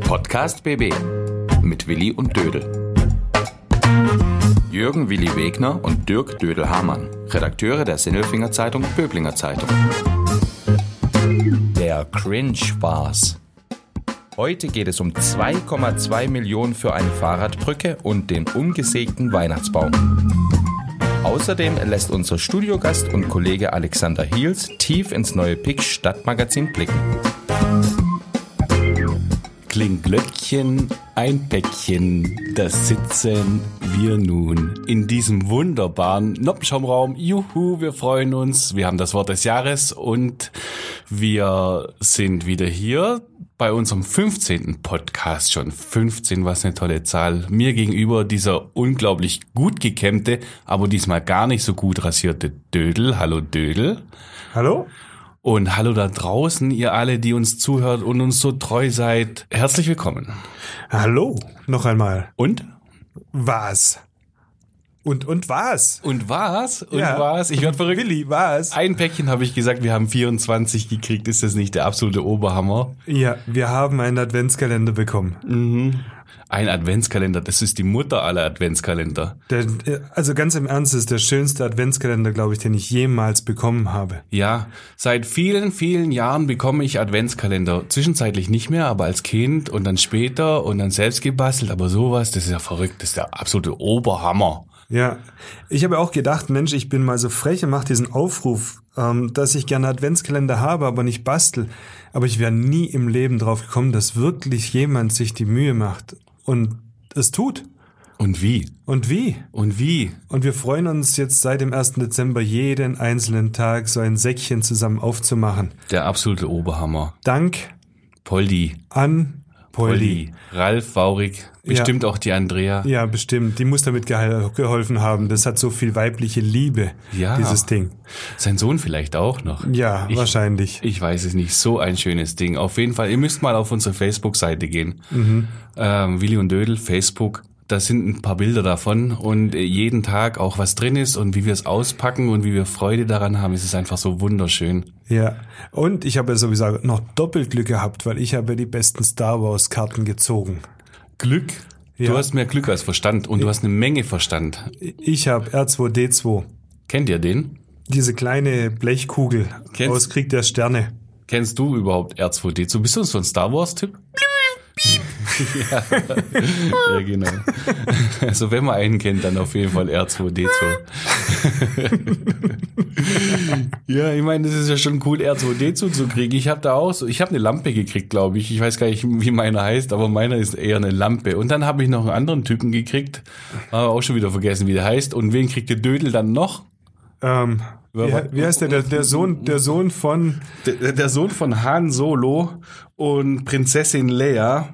Podcast BB mit Willi und Dödel. Jürgen Willi Wegner und Dirk Dödel Hamann, Redakteure der Sinnelfinger Zeitung Böblinger Zeitung. Der Cringe Spaß. Heute geht es um 2,2 Millionen für eine Fahrradbrücke und den ungesägten Weihnachtsbaum. Außerdem lässt unser Studiogast und Kollege Alexander Hiels tief ins neue Pix Stadtmagazin blicken. Klingglöckchen, ein Päckchen, das sitzen wir nun in diesem wunderbaren Noppenschaumraum. Juhu, wir freuen uns, wir haben das Wort des Jahres und wir sind wieder hier bei unserem 15. Podcast schon. 15, was eine tolle Zahl. Mir gegenüber dieser unglaublich gut gekämmte, aber diesmal gar nicht so gut rasierte Dödel. Hallo Dödel. Hallo? Und hallo da draußen, ihr alle, die uns zuhört und uns so treu seid. Herzlich willkommen. Hallo, noch einmal. Und? Was? Und, und was? Und was? Und Ja. was? Ich werde verrückt. Willi, was? Ein Päckchen habe ich gesagt, wir haben 24 gekriegt. Ist das nicht der absolute Oberhammer? Ja, wir haben einen Adventskalender bekommen. Ein Adventskalender, das ist die Mutter aller Adventskalender. Der, äh, also ganz im Ernst, das ist der schönste Adventskalender, glaube ich, den ich jemals bekommen habe. Ja, seit vielen, vielen Jahren bekomme ich Adventskalender. Zwischenzeitlich nicht mehr, aber als Kind und dann später und dann selbst gebastelt. Aber sowas, das ist ja verrückt. Das ist der absolute Oberhammer. Ja, ich habe auch gedacht, Mensch, ich bin mal so frech und mache diesen Aufruf, ähm, dass ich gerne Adventskalender habe, aber nicht bastel. Aber ich wäre nie im Leben drauf gekommen, dass wirklich jemand sich die Mühe macht und es tut. Und wie? Und wie? Und wie? Und wir freuen uns jetzt seit dem 1. Dezember jeden einzelnen Tag so ein Säckchen zusammen aufzumachen. Der absolute Oberhammer. Dank Poldi. an Polly. Poldi. Ralf Waurig. Bestimmt auch die Andrea. Ja, bestimmt. Die muss damit gehe- geholfen haben. Das hat so viel weibliche Liebe, Ja. dieses Ding. Sein Sohn vielleicht auch noch. Ja, ich, wahrscheinlich. Ich weiß es nicht. So ein schönes Ding. Auf jeden Fall, ihr müsst mal auf unsere Facebook-Seite gehen. Mhm. Ähm, Willi und Dödel, Facebook. Da sind ein paar Bilder davon und äh, jeden Tag auch was drin ist und wie wir es auspacken und wie wir Freude daran haben. Es ist einfach so wunderschön. Ja. Und ich habe ja sowieso noch doppelt Glück gehabt, weil ich habe die besten Star Wars Karten gezogen. Glück. Ja. Du hast mehr Glück als Verstand und du hast eine Menge Verstand. Ich habe R2D2, Kennt ihr den? diese kleine Blechkugel Kennst- aus Krieg der Sterne. Kennst du überhaupt R2D2? Bist du so ein Star Wars-Tipp? ja. ja, genau. Also wenn man einen kennt, dann auf jeden Fall R2D2. ja, ich meine, das ist ja schon cool, R2D2 zu kriegen. Ich habe da auch so, ich habe eine Lampe gekriegt, glaube ich. Ich weiß gar nicht, wie meiner heißt, aber meiner ist eher eine Lampe. Und dann habe ich noch einen anderen Typen gekriegt, aber auch schon wieder vergessen, wie der heißt. Und wen kriegt der Dödel dann noch? Ähm, wie, Wer- wie heißt der? der? Der Sohn, der Sohn von der, der Sohn von Han Solo und Prinzessin Leia.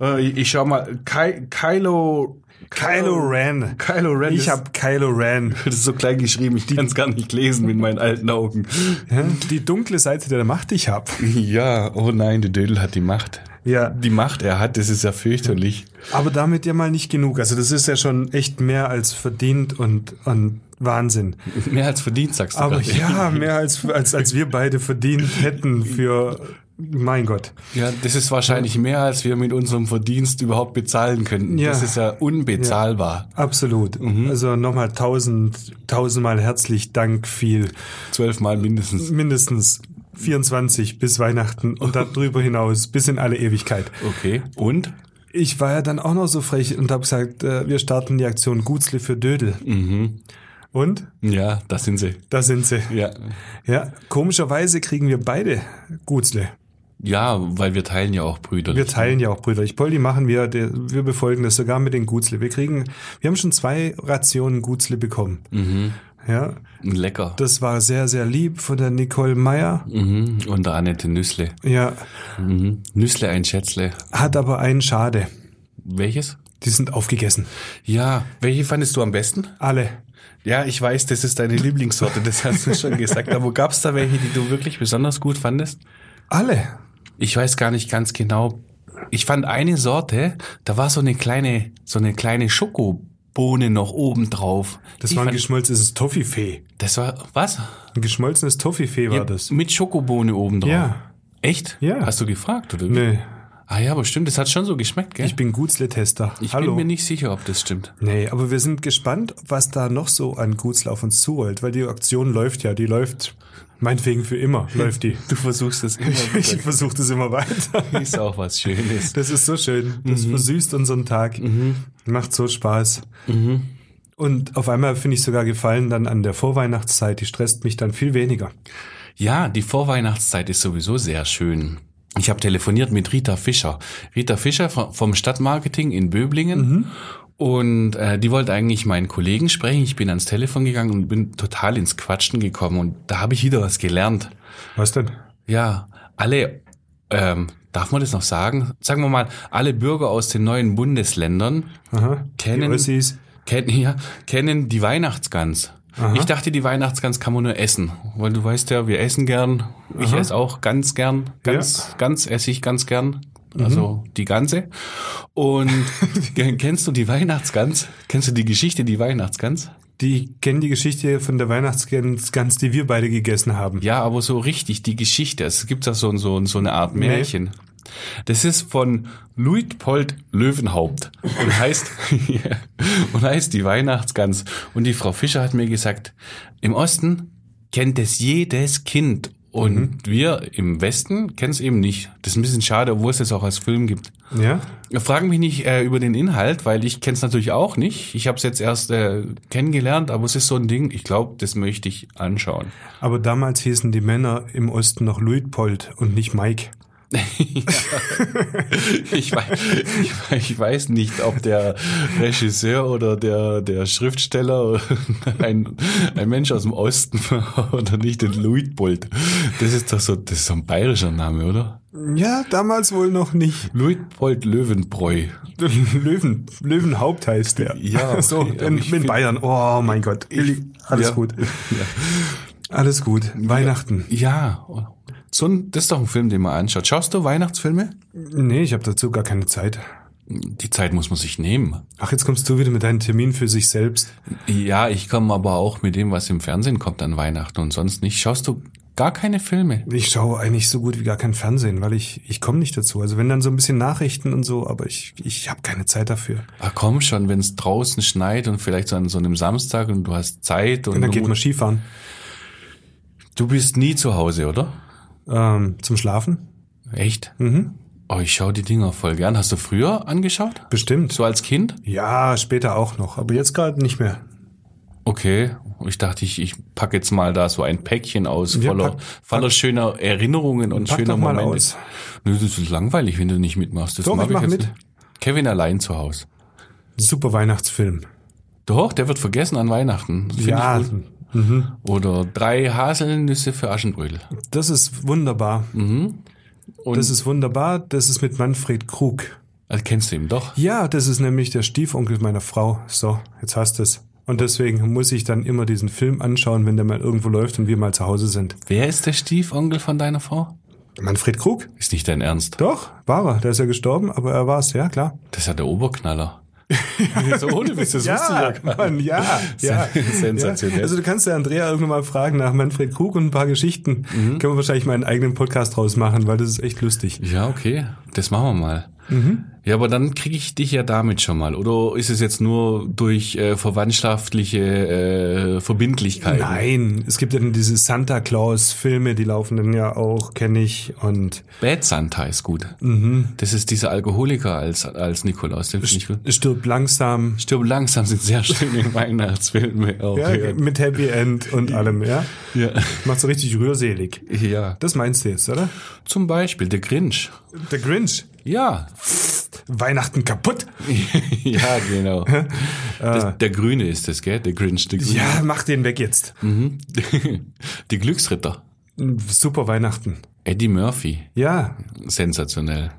Äh, ich schau mal, Ky Kylo. Ähm, Kylo Ren. Kylo Ren. Ich ist- habe Kylo Ren. Das ist so klein geschrieben, ich kann es gar nicht lesen mit meinen alten Augen. Hä? Die dunkle Seite der Macht ich hab. Ja, oh nein, der Dödel hat die Macht. Ja. Die Macht er hat, das ist ja fürchterlich. Aber damit ja mal nicht genug. Also das ist ja schon echt mehr als verdient und, und Wahnsinn. Mehr als verdient, sagst du Aber gerade. ja, mehr als, als, als wir beide verdient hätten für, mein Gott. ja, das ist wahrscheinlich mehr, als wir mit unserem Verdienst überhaupt bezahlen könnten. Ja. Das ist ja unbezahlbar. Absolut. Also nochmal tausend, tausendmal herzlich Dank viel. Zwölfmal mindestens. Mindestens 24 bis Weihnachten und darüber hinaus bis in alle Ewigkeit. Okay. Und? Ich war ja dann auch noch so frech und habe gesagt, äh, wir starten die Aktion Gutzle für Dödel. Und? Ja, das sind sie. Da sind sie. Ja. Ja, komischerweise kriegen wir beide Gutzle. Ja, weil wir teilen ja auch Brüder. Wir teilen ja auch Brüder. Ich Poldi machen wir, der, wir befolgen das sogar mit den Gutzle. Wir kriegen, wir haben schon zwei Rationen Gutzle bekommen. Ja, Lecker. das war sehr, sehr lieb von der Nicole Meyer. Mhm. Und der Annette Nüssle. Ja, Mhm. Nüssle ein Schätzle. hat aber einen Schade. Welches? Die sind aufgegessen. Ja, welche fandest du am besten? Alle. Ja, ich weiß, das ist deine Lieblingssorte, das hast du schon gesagt. Aber gab es da welche, die du wirklich besonders gut fandest? Alle. Ich weiß gar nicht ganz genau. Ich fand eine Sorte, da war so eine kleine, so eine kleine Schokobohne noch oben drauf. Das Die war ein fand- geschmolzenes Toffifee. Das war, was? Ein geschmolzenes Toffifee war das. Mit Schokobohne oben drauf. Ja. Echt? Ja. Hast du gefragt, oder? wie? Nee. Ah ja, aber stimmt, das hat schon so geschmeckt, gell? Ich bin Gutzle-Tester. Ich Hallo. bin mir nicht sicher, ob das stimmt. Nee, aber wir sind gespannt, was da noch so an Gutzle auf uns zurollt, weil die Aktion läuft ja, die läuft meinetwegen für immer, läuft die. Du versuchst es immer Ich versuche das immer weiter. Ist auch was Schönes. Das ist so schön. Das Mhm. versüßt unseren Tag. Macht so Spaß. Mhm. Und auf einmal finde ich sogar Gefallen dann an der Vorweihnachtszeit. Die stresst mich dann viel weniger. Ja, die Vorweihnachtszeit ist sowieso sehr schön. Ich habe telefoniert mit Rita Fischer. Rita Fischer vom vom Stadtmarketing in Böblingen. Und äh, die wollte eigentlich meinen Kollegen sprechen. Ich bin ans Telefon gegangen und bin total ins Quatschen gekommen. Und da habe ich wieder was gelernt. Was denn? Ja, alle, ähm, darf man das noch sagen? Sagen wir mal, alle Bürger aus den neuen Bundesländern Aha. Kennen- Die Ossis. kennen, ja, kennen die Weihnachtsgans. Ich dachte, die Weihnachtsgans kann man nur essen, weil du weißt ja, wir essen gern. Ich esse auch ganz gern, ganz, ganz esse ich ganz gern. Also die ganze. Und Ken- kennst du die Weihnachtsgans? Kennst du die Geschichte die Weihnachtsgans? Die kennen die Geschichte von der Weihnachtsgans, Gans, die wir beide gegessen haben. Ja, aber so richtig die Geschichte. Es gibt da so, so, so eine Art Märchen. Das ist von Luitpold Löwenhaupt und heißt, und heißt die Weihnachtsgans. Und die Frau Fischer hat mir gesagt, im Osten kennt es jedes Kind. Und wir im Westen kennen es eben nicht. Das ist ein bisschen schade, obwohl es das auch als Film gibt. Ja? Fragen mich nicht äh, über den Inhalt, weil ich kenne es natürlich auch nicht. Ich habe es jetzt erst äh, kennengelernt, aber es ist so ein Ding, ich glaube, das möchte ich anschauen. Aber damals hießen die Männer im Osten noch Luitpold und nicht Mike. Ich weiß, ich, wei- ich weiß nicht, ob der Regisseur oder der, der Schriftsteller ein, ein Mensch aus dem Osten war oder nicht, den Luitpold. Das ist doch so, das ist so ein bayerischer Name, oder? Ja, damals wohl noch nicht. Luitpold Löwenbräu. Löwen, Löwenhaupt heißt der. Ja, okay, so aber in, ich in find- Bayern. Oh mein Gott. Alles ja. gut. Alles gut. Weihnachten. Ja. So ein, das ist doch ein Film, den man anschaut. Schaust du Weihnachtsfilme? Nee, ich habe dazu gar keine Zeit. Die Zeit muss man sich nehmen. Ach, jetzt kommst du wieder mit deinem Termin für sich selbst. Ja, ich komme aber auch mit dem, was im Fernsehen kommt an Weihnachten und sonst nicht. Schaust du gar keine Filme? Ich schaue eigentlich so gut wie gar kein Fernsehen, weil ich, ich komme nicht dazu. Also wenn dann so ein bisschen Nachrichten und so, aber ich, ich habe keine Zeit dafür. Ach komm schon, wenn es draußen schneit und vielleicht so an so einem Samstag und du hast Zeit und, Und dann du, geht man Skifahren. du bist nie zu Hause, oder? Ähm, zum Schlafen? Echt? Mhm. Oh, ich schaue die Dinger voll gern. Hast du früher angeschaut? Bestimmt. So als Kind? Ja, später auch noch, aber jetzt gerade nicht mehr. Okay. Ich dachte, ich, ich packe jetzt mal da so ein Päckchen aus Ja, voller, pack- voller schöner Erinnerungen und Pack schöner doch mal Momente. aus. Nö, das ist langweilig, wenn du nicht mitmachst. Das Doch, mag ich mach jetzt mit. nicht. Kevin allein zu Hause. Super Weihnachtsfilm. Doch, der wird vergessen an Weihnachten. Find ja, ich gut. Oder drei Haselnüsse für Aschenbrödel. das ist wunderbar. Mhm. Und Das ist wunderbar. Das ist mit Manfred Krug. also kennst du ihn doch. Ja, das ist nämlich der Stiefonkel meiner Frau. So, jetzt hast es. Und deswegen muss ich dann immer diesen Film anschauen, wenn der mal irgendwo läuft und wir mal zu Hause sind. Wer ist der Stiefonkel von deiner Frau? Manfred Krug? Ist nicht dein Ernst. Doch, war er. Der ist ja gestorben, aber er war's, ja klar. Das ist ja der Oberknaller. so ohne Witz, das wusste ich ja gar nicht. Mann, ja, ja. Sensationell. Ja. Also du kannst ja Andrea irgendwann mal fragen nach Manfred Krug und ein paar Geschichten. Können wir wahrscheinlich mal einen eigenen Podcast draus machen, weil das ist echt lustig. Ja, okay. Das machen wir mal. Mhm. Ja, aber dann kriege ich dich ja damit schon mal. Oder ist es jetzt nur durch äh, verwandtschaftliche äh, Verbindlichkeiten? Nein, es gibt ja dann diese Santa Claus-Filme, die laufen dann ja auch, kenne ich. Und Bad Santa ist gut. Mhm. Das ist dieser Alkoholiker als, als Nikolaus. Den finde ich gut. stirbt langsam. Stirb langsam sind sehr schöne Weihnachtsfilme. Auch. Ja, mit Happy End und allem, ja. ja. Macht so richtig rührselig. ja. Das meinst du jetzt, oder? Zum Beispiel der Grinch. Der Grinch. Mhm. Ja, Weihnachten kaputt. ja, genau. Das, der Grüne ist das, gell? Der Grinch, der Grüne. Ah. Ja, mach den weg jetzt. Die Glücksritter. Mhm. Super Weihnachten. Eddie Murphy. Ja, Sensationell.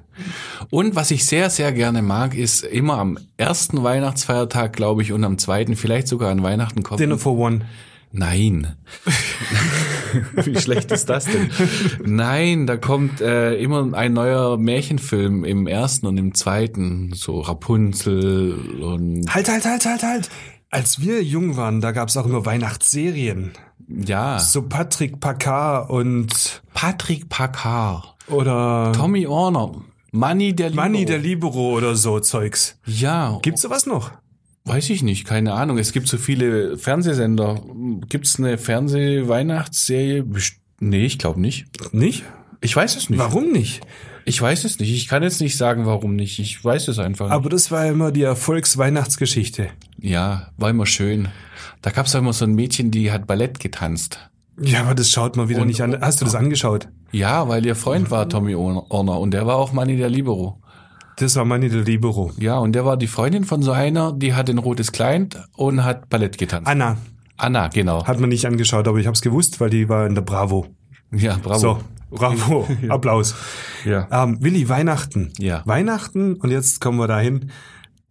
Und was ich sehr, sehr gerne mag, ist immer am ersten Weihnachtsfeiertag, glaube ich, und am zweiten, vielleicht sogar an Weihnachten kommt. Dinner for One. Nein. Wie schlecht ist das denn? Nein, da kommt äh, immer ein neuer Märchenfilm im ersten und im zweiten. So Rapunzel und Halt, halt, halt, halt, halt. Als wir jung waren, da gab's auch immer Weihnachtsserien. ja. So Patrick Packard und Patrick Packard. oder Tommy Orner. Manni der Libero. Manni der Libero oder so Zeugs. Ja. Gibt's sowas noch? Weiß ich nicht, keine Ahnung. Es gibt so viele Fernsehsender. Gibt's eine Fernseh-Weihnachtsserie? Best- Nee, ich glaube nicht. Nicht? Ich weiß es nicht. Warum nicht? Ich weiß es nicht. Ich kann jetzt nicht sagen, warum nicht. Ich weiß es einfach nicht. Aber das war immer die Erfolgsweihnachtsgeschichte. Ja, war immer schön. Da gab's auch immer so ein Mädchen, die hat Ballett getanzt. Ja, aber das schaut man wieder Und- nicht an. Hast du das angeschaut? Ja, weil ihr Freund war Tommy Orner und der war auch Manni der Libero. Das war Manni der Libero. Ja, und der war die Freundin von so einer, die hat ein rotes Kleid und hat Ballett getanzt. Anna Anna, genau. hat man nicht angeschaut, aber ich hab's gewusst, weil die war in der Bravo. ja, bravo. So, Oh. bravo, Applaus. Ja. Ähm, Willi, Weihnachten. Ja. Weihnachten, und jetzt kommen wir dahin.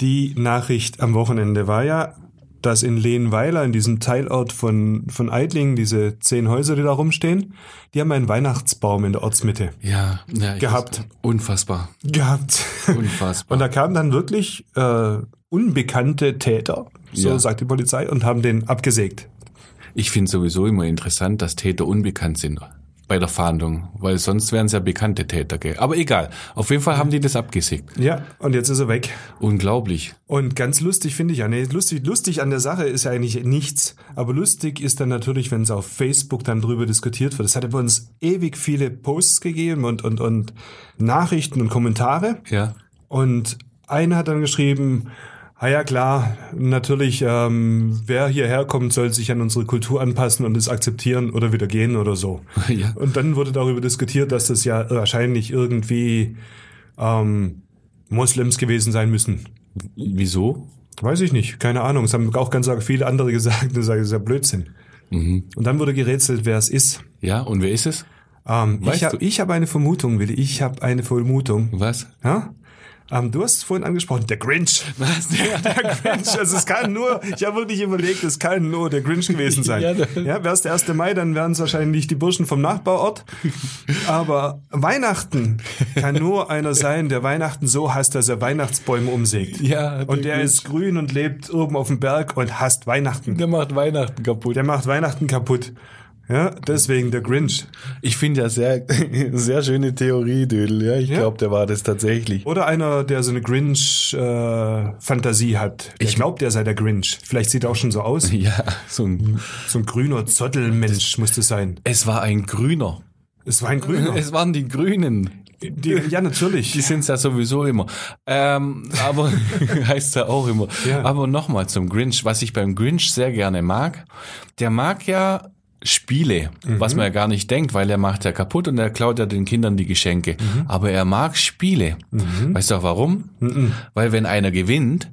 Die Nachricht am Wochenende war ja, dass in Lehnweiler, in diesem Teilort von, von Eidlingen, diese zehn Häuser, die da rumstehen, die haben einen Weihnachtsbaum in der Ortsmitte Ja, ja ich Gehabt. weiß. unfassbar. gehabt. Unfassbar. Und da kamen dann wirklich äh, unbekannte Täter, so Ja. sagt die Polizei, und haben den abgesägt. Ich finde sowieso immer interessant, dass Täter unbekannt sind bei der Fahndung, weil sonst wären es ja bekannte Täter. Gell? Aber egal. Auf jeden Fall haben die das abgesägt. Ja, und jetzt ist er weg. Unglaublich. Und ganz lustig finde ich ja, nee, lustig, lustig an der Sache ist ja eigentlich nichts, aber lustig ist dann natürlich, wenn es auf Facebook dann drüber diskutiert wird. Es hat ja bei uns ewig viele Posts gegeben und, und, und Nachrichten und Kommentare. Ja. Und einer hat dann geschrieben, ah ja klar, natürlich, ähm, wer hierher kommt, soll sich an unsere Kultur anpassen und es akzeptieren oder wieder gehen oder so. Ja. Und dann wurde darüber diskutiert, dass das ja wahrscheinlich irgendwie ähm, Moslems gewesen sein müssen. Wieso? Weiß ich nicht, keine Ahnung. Es haben auch ganz viele andere gesagt, das ist ja Blödsinn. Mhm. Und dann wurde gerätselt, wer es ist. Ja, und wer ist es? Ähm, Weißt ich habe du- ich hab eine Vermutung, Willi. Ich habe eine Vermutung. Was? Ja? Ähm, du hast es vorhin angesprochen, der Grinch. Was? Der Grinch, also es kann nur, ich habe wirklich überlegt, es kann nur der Grinch gewesen sein. Ja, Ja, der- wäre es der 1. Mai, dann wären es wahrscheinlich die Burschen vom Nachbarort. Aber Weihnachten kann nur einer sein, der Weihnachten so hasst, dass er Weihnachtsbäume umsägt. Ja, Und der ist grün und lebt oben auf dem Berg und hasst Weihnachten. Der macht Weihnachten kaputt. Der macht Weihnachten kaputt. Ja, deswegen der Grinch. Ich finde ja sehr, sehr schöne Theorie, Dödel. Ja, ich glaube, der war das tatsächlich. Oder einer, der so eine Grinch-Fantasie hat. Ich glaube, der sei der Grinch. Vielleicht sieht er auch schon so aus. Ja, so ein, So ein grüner Zottelmensch muss das sein. es war ein Grüner. Es war ein grüner. Es waren die Grünen. Die, ja, Die natürlich. sind's ja sowieso immer. Ähm, aber heißt ja auch immer. Ja. Aber nochmal zum Grinch. Was ich beim Grinch sehr gerne mag, der mag ja Spiele, was man ja gar nicht denkt, weil er macht ja kaputt und er klaut ja den Kindern die Geschenke. Aber er mag Spiele. Weißt du auch warum? Weil wenn einer gewinnt,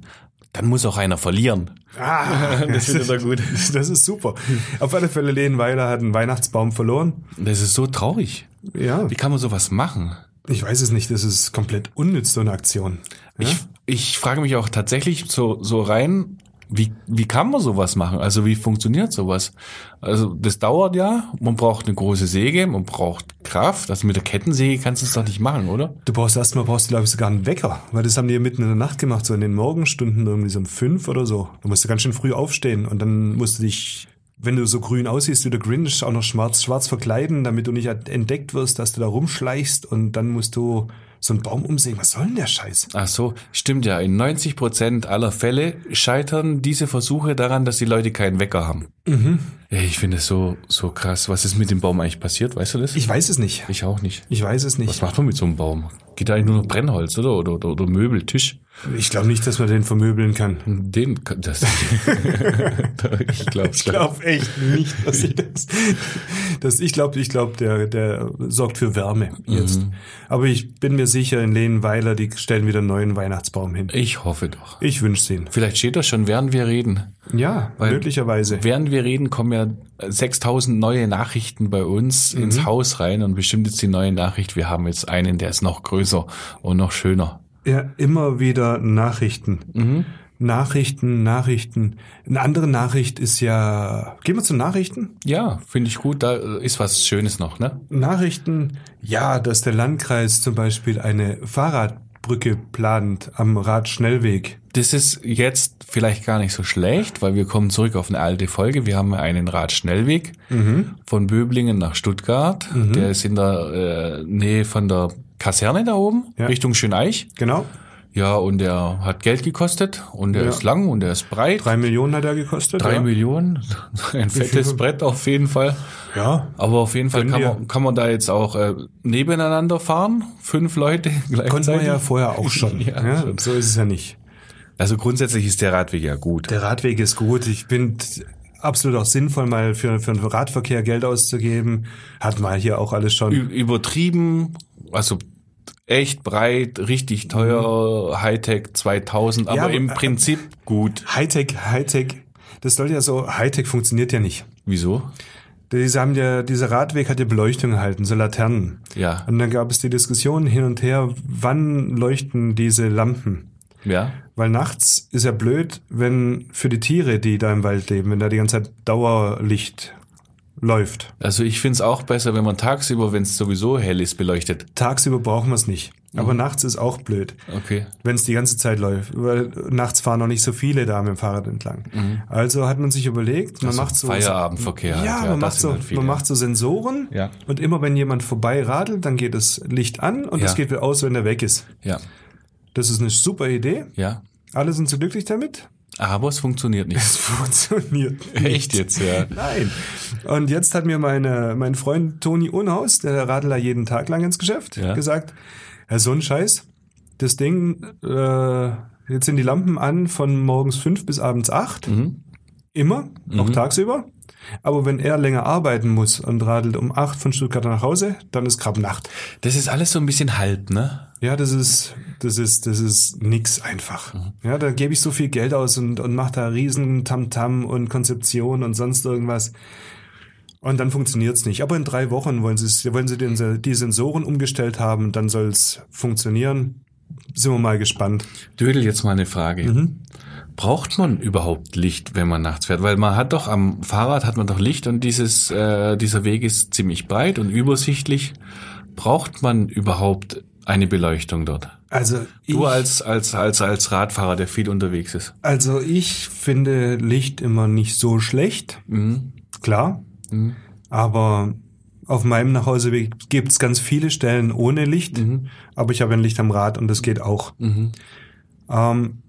dann muss auch einer verlieren. Ah, das, ist, gut. das ist super. Auf alle Fälle, Lehnweiler hat einen Weihnachtsbaum verloren. Das ist so traurig. Ja, Wie kann man sowas machen? ich weiß es nicht. Das ist komplett unnütz, so eine Aktion. Ich, ich frage mich auch tatsächlich so, so rein, wie, wie kann man sowas machen? Also wie funktioniert sowas? Also das dauert ja, man braucht eine große Säge, man braucht Kraft. Also mit der Kettensäge kannst du es doch nicht machen, oder? Du brauchst erstmal, brauchst du glaube ich sogar einen Wecker, weil das haben die ja mitten in der Nacht gemacht, so in den Morgenstunden, irgendwie so um fünf oder so. Da musst du ganz schön früh aufstehen und dann musst du dich, wenn du so grün aussiehst wie der Grinch, auch noch schwarz, schwarz verkleiden, damit du nicht entdeckt wirst, dass du da rumschleichst und dann musst du so einen Baum umsägen. Was soll denn der Scheiß? Ach so, stimmt ja. In 90 Prozent aller Fälle scheitern diese Versuche daran, dass die Leute keinen Wecker haben. Ey, Ich finde es so, so krass. Was ist mit dem Baum eigentlich passiert? Weißt du das? Ich weiß es nicht. ich auch nicht. Ich weiß es Was nicht. macht man mit so einem Baum? Geht da eigentlich nur noch Brennholz, oder? Oder, oder, oder Möbel, Tisch? Ich glaube nicht, dass man den vermöbeln kann. Den, kann- das, ich glaube Ich glaube echt nicht, dass ich das. Dass ich glaube, ich glaube, der, der sorgt für Wärme jetzt. Aber ich bin mir sicher, in Lehnweiler, die stellen wieder einen neuen Weihnachtsbaum hin. Ich hoffe doch. Ich wünsche ihn. Vielleicht steht das schon, während wir reden. Ja, möglicherweise. Während wir reden, kommen ja 6000 neue Nachrichten bei uns ins Haus rein und bestimmt jetzt die neue Nachricht. Wir haben jetzt einen, der ist noch größer und noch schöner. Ja, immer wieder Nachrichten. Nachrichten, Nachrichten. Eine andere Nachricht ist ja. Gehen wir zu Nachrichten? Ja, finde ich gut. Da äh, ist was Schönes noch, ne? Nachrichten, ja, dass der Landkreis zum Beispiel eine Fahrradbrücke plant am Radschnellweg. Das ist jetzt vielleicht gar nicht so schlecht, weil wir kommen zurück auf eine alte Folge. Wir haben einen Mhm. Radschnellweg von Böblingen nach Stuttgart. Der ist in der äh, Nähe von der Kaserne da oben, Ja. Richtung Schöneich. Genau. Ja, und der hat Geld gekostet und der Ja. ist lang und der ist breit. Drei Millionen hat er gekostet. Drei ja. Millionen. Ein fettes Brett auf jeden Fall. Ja. Aber auf jeden Fall Können kann wir- man, kann man da jetzt auch äh, nebeneinander fahren. Fünf Leute gleichzeitig. Konnten wir ja vorher auch schon. Ja, ja, schon. So ist es ja nicht. Also grundsätzlich ist der Radweg ja gut. Der Radweg ist gut. Ich bin t- absolut auch sinnvoll, mal für, für den Radverkehr Geld auszugeben. Hat mal hier auch alles schon. Ü- übertrieben, also echt breit, richtig teuer, Hightech 2000, aber aber- äh, im Prinzip gut. Hightech, Hightech. Das soll ja so, Hightech funktioniert ja nicht. Wieso? Diese haben ja, dieser Radweg hat ja Beleuchtung erhalten, so Laternen. Ja. Und dann gab es die Diskussion hin und her, wann leuchten diese Lampen? Ja. Weil nachts ist ja blöd, wenn für die Tiere, die da im Wald leben, wenn da die ganze Zeit Dauerlicht läuft. Also ich find's auch besser, wenn man tagsüber, wenn's sowieso hell ist, beleuchtet. Tagsüber brauchen wir es nicht. Aber Mhm. nachts ist auch blöd. Okay. wenn es die ganze Zeit läuft. Weil nachts fahren noch nicht so viele da mit dem Fahrrad entlang. Mhm. Also hat man sich überlegt, man macht so Feierabendverkehr. Ja, halt, das man, macht sind so, halt viele. man macht so Sensoren Ja. und immer wenn jemand vorbei radelt, dann geht das Licht an und Ja. es geht wieder aus, wenn er weg ist. Ja. Das ist eine super Idee. Ja. Alle sind so glücklich damit. Aber es funktioniert nicht. Es funktioniert. Echt jetzt, ja. Nein. Und jetzt hat mir meine, mein Freund Toni Unhaus, der Radler jeden Tag lang ins Geschäft, Ja. gesagt, ja, so ein Scheiß, das Ding, äh, jetzt sind die Lampen an von morgens fünf bis abends acht. Mhm. Immer, auch tagsüber. Aber wenn er länger arbeiten muss und radelt um acht von Stuttgart nach Hause, dann ist gerade Nacht. Das ist alles so ein bisschen halb, ne? Ja, das ist, das ist, das ist nix einfach. Mhm. Ja, da gebe ich so viel Geld aus und, und mache da riesen Tamtam und Konzeption und sonst irgendwas. Und dann funktioniert's nicht. Aber in drei Wochen wollen sie, es- wollen sie den, die Sensoren umgestellt haben, dann soll's funktionieren. Sind wir mal gespannt. Dödel, jetzt mal eine Frage. Braucht man überhaupt Licht, wenn man nachts fährt? Weil man hat doch am Fahrrad hat man doch Licht und dieses, äh, dieser Weg ist ziemlich breit und übersichtlich. Braucht man überhaupt eine Beleuchtung dort? Also ich, Du als, als, als, als Radfahrer, der viel unterwegs ist. also ich finde Licht immer nicht so schlecht. Mhm. Klar. Aber auf meinem Nachhauseweg gibt's ganz viele Stellen ohne Licht. Aber ich habe ein Licht am Rad und das geht auch. Ähm,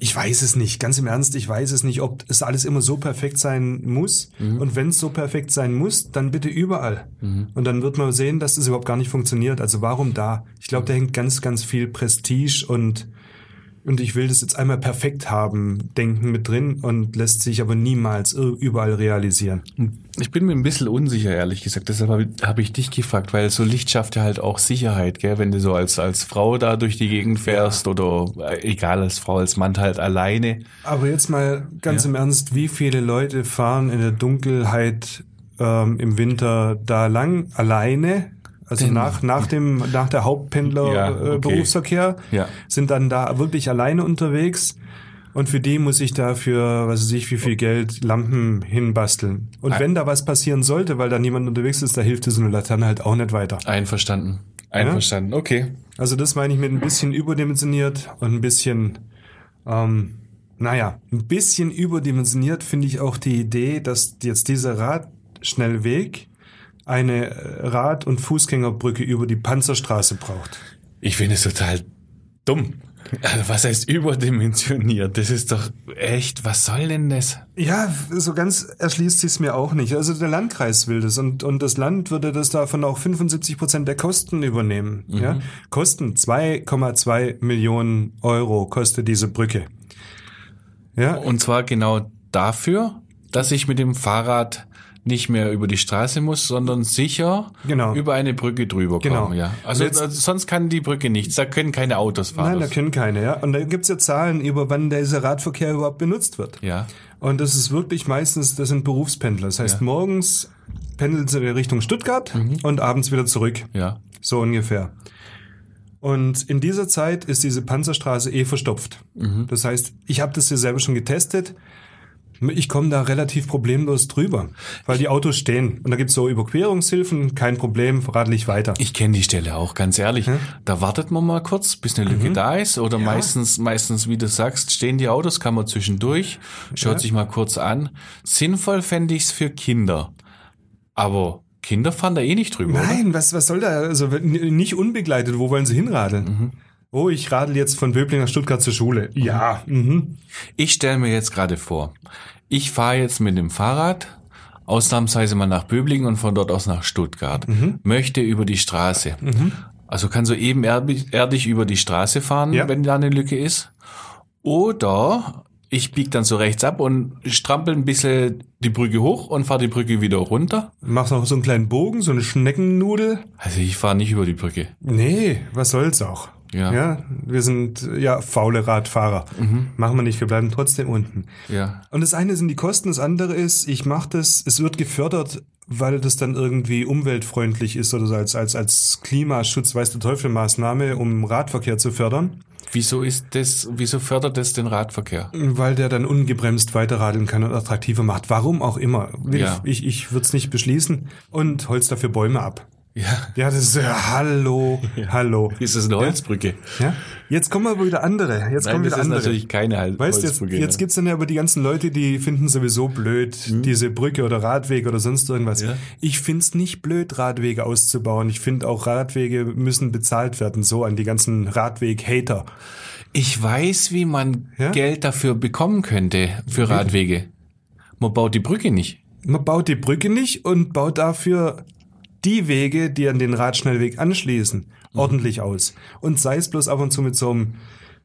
ich weiß es nicht, ganz im Ernst, ich weiß es nicht, ob es alles immer so perfekt sein muss. Und wenn es so perfekt sein muss, dann bitte überall. Und dann wird man sehen, dass es überhaupt gar nicht funktioniert. Also warum da? Ich glaube, da hängt ganz, ganz viel Prestige und und ich will das jetzt einmal perfekt haben, denken mit drin und lässt sich aber niemals ir- überall realisieren. Ich bin mir ein bisschen unsicher, ehrlich gesagt. Deshalb habe ich- habe ich dich gefragt, weil so Licht schafft ja halt auch Sicherheit, gell? Wenn du so als, als Frau da durch die Gegend fährst oder äh, egal, als Frau, als Mann halt alleine. Aber jetzt mal ganz Ja. im Ernst, wie viele Leute fahren in der Dunkelheit ähm, im Winter da lang alleine? Also nach, nach dem, nach der Ja, Hauptpendler okay. äh, Berufsverkehr Ja. sind dann da wirklich alleine unterwegs. Und für die muss ich dafür, was weiß ich, wie viel Geld Lampen hinbasteln. Und Ah. wenn da was passieren sollte, weil da niemand unterwegs ist, da hilft so eine Laterne halt auch nicht weiter. Einverstanden. Einverstanden, okay. Also das meine ich mit ein bisschen überdimensioniert und ein bisschen, ähm, naja, ein bisschen überdimensioniert finde ich auch die Idee, dass jetzt dieser Radschnellweg eine äh, Rad- und Fußgängerbrücke über die Panzerstraße braucht. Ich finde es total dumm. Also was heißt überdimensioniert? Das ist doch echt, was soll denn das? Ja, so ganz erschließt sich's mir auch nicht. Also der Landkreis will das und, und das Land würde das davon auch 75 Prozent der Kosten übernehmen. Ja? Kosten 2,2 Millionen Euro kostet diese Brücke. Ja, Und zwar genau dafür, dass ich mit dem Fahrrad nicht mehr über die Straße muss, sondern sicher Genau. über eine Brücke drüber Genau. kommen. Ja. Also Jetzt- äh, sonst kann die Brücke nichts, da können keine Autos fahren. Nein, da können keine, ja. Und da gibt's ja Zahlen über, wann dieser Radverkehr überhaupt benutzt wird. ja. Und das ist wirklich meistens, das sind Berufspendler. Das heißt, Ja. Mhm. morgens pendeln sie Richtung Stuttgart und abends wieder zurück. Ja. So ungefähr. Und in dieser Zeit ist diese Panzerstraße eh verstopft. Mhm. Das heißt, ich habe das hier selber schon getestet. Ich komme da relativ problemlos drüber, weil die Autos stehen. Und da gibt's so Überquerungshilfen, kein Problem, radel ich weiter. Ich kenne die Stelle auch, ganz ehrlich. Da wartet man mal kurz, bis eine Lücke da ist. Oder meistens, meistens, wie du sagst, stehen die Autos, kann man zwischendurch, schaut sich mal kurz an. Sinnvoll fände ich es für Kinder. Aber Kinder fahren da eh nicht drüber. Nein, was, was soll da? Also n- nicht unbegleitet, wo wollen sie hinradeln? Oh, ich radel jetzt von Böbling nach Stuttgart zur Schule. Ja. Mhm. Ich stelle mir jetzt gerade vor, ich fahre jetzt mit dem Fahrrad ausnahmsweise mal nach Böblingen und von dort aus nach Stuttgart. Mhm. Möchte über die Straße. Also kann so eben erdig erdig über die Straße fahren, Ja. wenn da eine Lücke ist. Oder ich biege dann so rechts ab und strampel ein bisschen die Brücke hoch und fahre die Brücke wieder runter. Machst noch so einen kleinen Bogen, so eine Schneckennudel. Also ich fahre nicht über die Brücke. Nee, was soll's auch. Ja. ja wir sind ja faule Radfahrer. Machen wir nicht, wir bleiben trotzdem unten. Ja. Und das eine sind die Kosten, das andere ist, ich mache das, es wird gefördert, weil das dann irgendwie umweltfreundlich ist oder so als, als, als Klimaschutz, weiß der Teufel, Maßnahme, um Radverkehr zu fördern, Wieso ist das, wieso fördert das den Radverkehr? weil der dann ungebremst weiterradeln kann und attraktiver macht. Warum auch immer. Wieder, Ja. Ich, ich würde es nicht beschließen und holz dafür Bäume ab. Ja. Ja, das ist ja, hallo, hallo. Ist das eine Holzbrücke? Ja? Jetzt kommen aber wieder andere. Jetzt Nein, kommen das wieder ist andere. natürlich keine Hol- Weißt du, jetzt, Holzbrücke. jetzt ne? gibt's dann ja aber die ganzen Leute, die finden sowieso blöd, diese Brücke oder Radweg oder sonst irgendwas. Hm. Ja. Ich find's nicht blöd, Radwege auszubauen. Ich find auch Radwege müssen bezahlt werden, so an die ganzen Radweg-Hater. Ich weiß, wie man Ja? Geld dafür bekommen könnte für Radwege. Man baut die Brücke nicht. Man baut die Brücke nicht und baut dafür die Wege, die an den Radschnellweg anschließen, Mhm. ordentlich aus. Und sei es bloß ab und zu mit so einem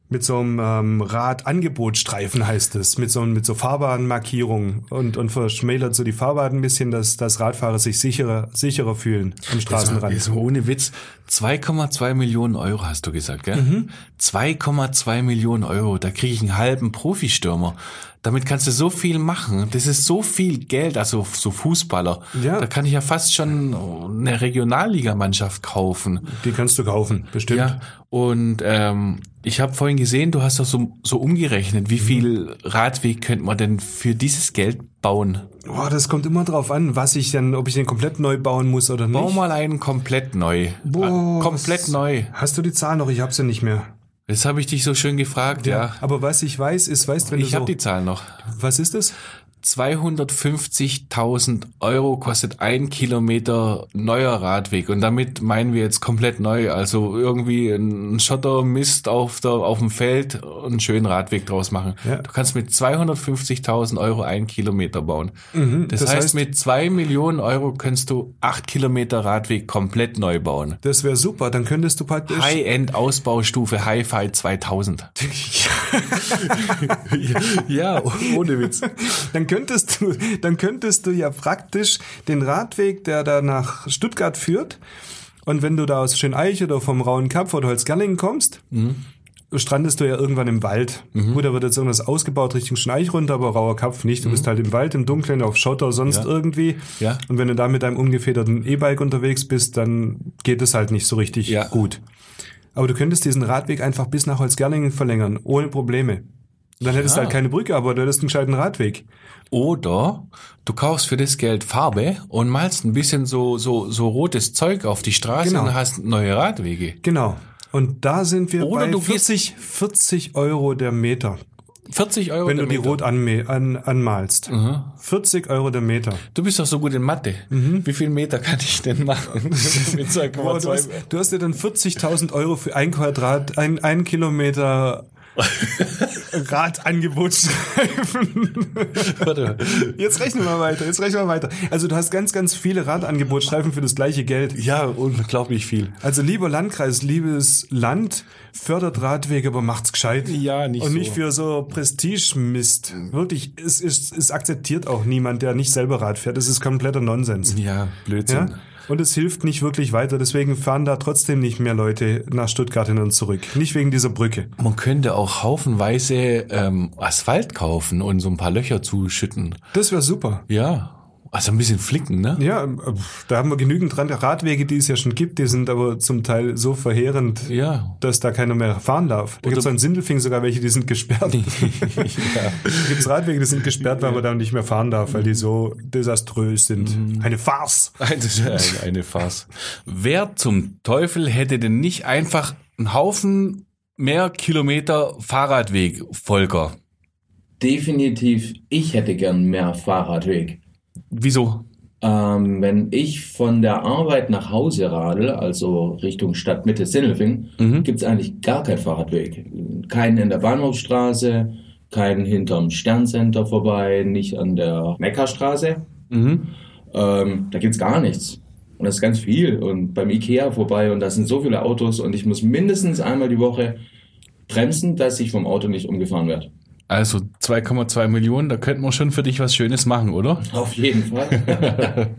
mit so einem ähm, Radangebotsstreifen heißt es, mit so, einem- mit so Fahrbahnmarkierungen und, und verschmälert so die Fahrbahn ein bisschen, dass, dass Radfahrer sich sicherer, sicherer fühlen am Straßenrand. So ohne Witz. 2,2 Millionen Euro hast du gesagt, gell? 2,2 Millionen Euro. Da kriege ich einen halben Profistürmer. Damit kannst du so viel machen. Das ist so viel Geld, also so Fußballer. Ja. Da kann ich ja fast schon eine Regionalligamannschaft kaufen. Die kannst du kaufen, bestimmt. Ja, und ähm, ich habe vorhin gesehen, du hast doch so, so umgerechnet, Mhm. wie viel Radweg könnte man denn für dieses Geld bauen? Boah, das kommt immer drauf an, was ich dann, ob ich den komplett neu bauen muss oder nicht. Bau mal einen komplett neu. Boah, Ah, komplett was- neu. Hast du die Zahl noch? Ich hab sie nicht mehr. Das habe ich dich so schön gefragt, ja. Aber was ich weiß, ist, weißt wenn Ich du habe so, die Zahl noch. was ist das? 250.000 Euro kostet ein Kilometer neuer Radweg. Und damit meinen wir jetzt komplett neu. Also irgendwie ein Schottermist auf, der, auf dem Feld und einen schönen Radweg draus machen. Ja. Du kannst mit 250.000 Euro einen Kilometer bauen. Mhm, das das heißt, heißt- mit zwei Millionen Euro kannst du acht Kilometer Radweg komplett neu bauen. Das wäre super, dann könntest du praktisch. High-End-Ausbaustufe Hi-Fi 2000. ja, ohne Witz. Dann könntest du, dann könntest du ja praktisch den Radweg, der da nach Stuttgart führt, und wenn du da aus Schöneich oder vom Rauen Kapf oder Holzgerlingen kommst, Mhm. strandest du ja irgendwann im Wald. Gut, da wird jetzt irgendwas ausgebaut Richtung Schöneich runter, aber Rauer Kapf nicht. Du bist halt im Wald, im Dunkeln, auf Schotter, sonst Mhm. Ja. irgendwie. Ja. Und wenn du da mit deinem ungefederten E-Bike unterwegs bist, dann geht es halt nicht so richtig Ja. gut. Aber du könntest diesen Radweg einfach bis nach Holzgerlingen verlängern, ohne Probleme. Dann hättest du halt keine Brücke, aber du hättest einen gescheiten Radweg. Oder du kaufst für das Geld Farbe und malst ein bisschen so, so, so rotes Zeug auf die Straße Genau. und hast neue Radwege. Genau. Und da sind wir Oder bei du gehst- 40, 40 Euro der Meter, 40 Euro. wenn der du die Meter. Mhm. rot anme- an, anmalst. 40 Euro der Meter. du bist doch so gut in Mathe. Mhm. Wie viel Meter kann ich denn machen? Mit Boah, du, 2,2 hast, du hast dir dann 40.000 Euro für ein Quadrat, ein, ein Kilometer Radangebotsstreifen. Warte. Jetzt rechnen wir weiter, jetzt rechnen wir weiter. Also du hast ganz, ganz viele Radangebotsstreifen für das gleiche Geld. Ja, unglaublich viel. Also lieber Landkreis, liebes Land, fördert Radwege, aber macht's gescheit. Ja, nicht Und so. nicht für so Prestigemist. Wirklich, es, es, es akzeptiert auch niemand, der nicht selber Rad fährt. Das ist kompletter Nonsens. Ja, Ja? Blödsinn. Und es hilft nicht wirklich weiter. Deswegen fahren da trotzdem nicht mehr Leute nach Stuttgart hin und zurück. Nicht wegen dieser Brücke. Man könnte auch haufenweise ähm, Asphalt kaufen und so ein paar Löcher zuschütten. Das wäre super. Ja. Also ein bisschen flicken, ne? Ja, äh, da haben wir genügend dran. Radwege, die es ja schon gibt, die sind aber zum Teil so verheerend, Ja. dass da keiner mehr fahren darf. Da gibt es in Sindelfing sogar welche, die sind gesperrt. gibt es Radwege, die sind gesperrt, weil man da nicht mehr fahren darf, weil die so desaströs Mhm. sind. Eine Farce. Eine, eine, eine Farce. Wer zum Teufel hätte denn nicht einfach einen Haufen mehr Kilometer Fahrradweg, Volker? Definitiv, ich hätte gern mehr Fahrradweg. Wieso? Ähm, wenn ich von der Arbeit nach Hause radel, also Richtung Stadtmitte Sindelfingen, Mhm. gibt's eigentlich gar keinen Fahrradweg. Keinen in der Bahnhofstraße, keinen hinterm Sterncenter vorbei, nicht an der Neckarstraße. Mhm. Ähm, da gibt's gar nichts. Und das ist ganz viel. Und beim Ikea vorbei und da sind so viele Autos und ich muss mindestens einmal die Woche bremsen, dass ich vom Auto nicht umgefahren werde. Also 2,2 Millionen, da könnten wir schon für dich was Schönes machen, oder? Auf jeden Fall.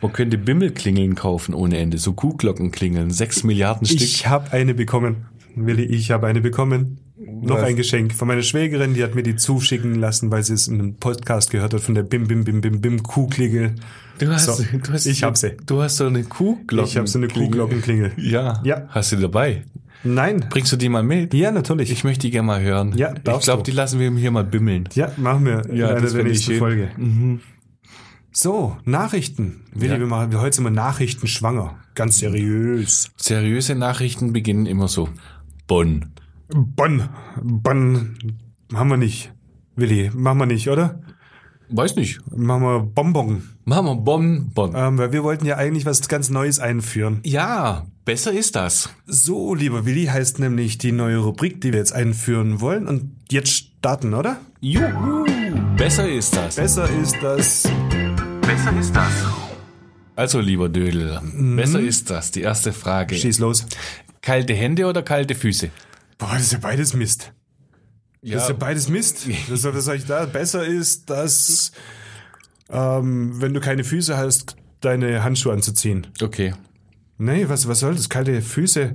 Man könnte Bimmelklingeln kaufen ohne Ende, so Kuhglockenklingeln, 6 Milliarden Stück. Ich habe eine bekommen. Willi, ich habe eine bekommen. Noch Was? ein Geschenk von meiner Schwägerin, die hat mir die zuschicken lassen, weil sie es in einem Podcast gehört hat von der Bim Bim Bim Bim Bim Kuhklingel. Du hast, So, du hast, ich hab sie. Du hast so eine Kuhglockenklingel. Ich habe so eine Kuhglockenklingel. Ja. Ja. Hast du die dabei? Nein. Bringst du die mal mit? Ja, natürlich. Ich möchte die gerne mal hören. Ja, ich darfst glaube, du. die lassen wir hier mal bimmeln. ja, machen wir Ja, in einer das der find ich nächsten schön. Mhm. Folge. So, Nachrichten. Willi, Ja. wir machen, wir heute sind wir Nachrichten schwanger. Ganz seriös. Seriöse Nachrichten beginnen immer so. Bonn. Bonn. Bonn. Haben wir nicht. Willi, machen wir nicht, oder? Weiß nicht. Machen wir Bonbon. Machen wir Bonn, Bonn. Ähm, weil wir wollten ja eigentlich was ganz Neues einführen. Ja, besser ist das. So, lieber Willi, heißt nämlich die neue Rubrik, die wir jetzt einführen wollen. Und jetzt starten, oder? Juhu, besser ist das. Besser ist das. Also, lieber Dödel, besser ist das. Die erste Frage. Mhm. Schieß los. Kalte Hände oder kalte Füße? Boah, das ist ja beides Mist. Das ist ja beides Mist. Das, was soll ich da? Besser ist, dass, ähm, wenn du keine Füße hast, deine Handschuhe anzuziehen. okay. Nee, was, was soll das? Kalte Füße.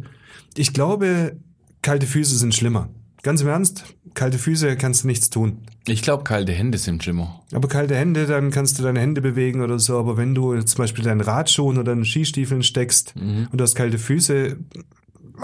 Ich glaube, kalte Füße sind schlimmer. Ganz im Ernst, kalte Füße kannst du nichts tun. Ich glaube, kalte Hände sind schlimmer. Aber kalte Hände, dann kannst du deine Hände bewegen oder so. Aber wenn du jetzt zum Beispiel deinen Radschuhen oder deinen Skistiefeln steckst und du hast kalte Füße,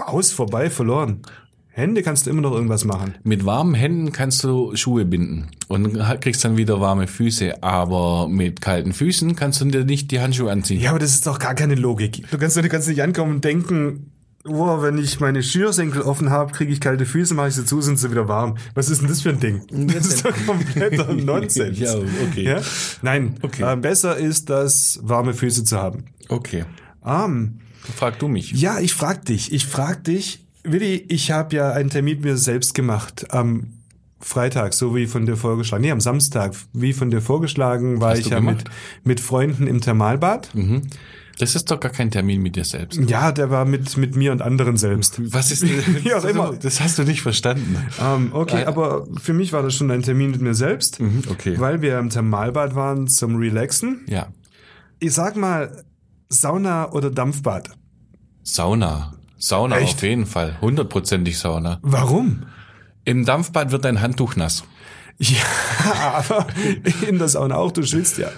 aus, vorbei, verloren. Hände kannst du immer noch irgendwas machen. Mit warmen Händen kannst du Schuhe binden und ha- kriegst dann wieder warme Füße. Aber mit kalten Füßen kannst du dir nicht die Handschuhe anziehen. Ja, aber das ist doch gar keine Logik. Du kannst, du kannst nicht ankommen und denken, oh, wenn ich meine Schürsenkel offen habe, kriege ich kalte Füße, mache ich sie zu, sind sie wieder warm. Was ist denn das für ein Ding? Das ist doch kompletter Nonsens. Ja, okay. Ja? Nein, Okay. äh, besser ist das, warme Füße zu haben. Okay. Ähm, Frag du mich. Ja, ich frag dich. Ich frag dich, Willi, ich habe ja einen Termin mir selbst gemacht am Freitag, so wie von dir vorgeschlagen. Nee, am Samstag, wie von dir vorgeschlagen, war Hast ich du ja mit, gemacht? mit Freunden im Thermalbad. Das ist doch gar kein Termin mit dir selbst. Ja, der war mit, mit mir und anderen selbst. Was ist denn? Wie auch immer. Das hast du nicht verstanden. Ähm, okay, Äh, aber für mich war das schon ein Termin mit mir selbst, okay. weil wir im Thermalbad waren zum Relaxen. Ja. Ich sag mal, Sauna oder Dampfbad. Sauna. Sauna Echt? auf jeden Fall. Hundertprozentig Sauna. Warum? Im Dampfbad wird dein Handtuch nass. Ja, aber in der Sauna auch, du schwitzt ja.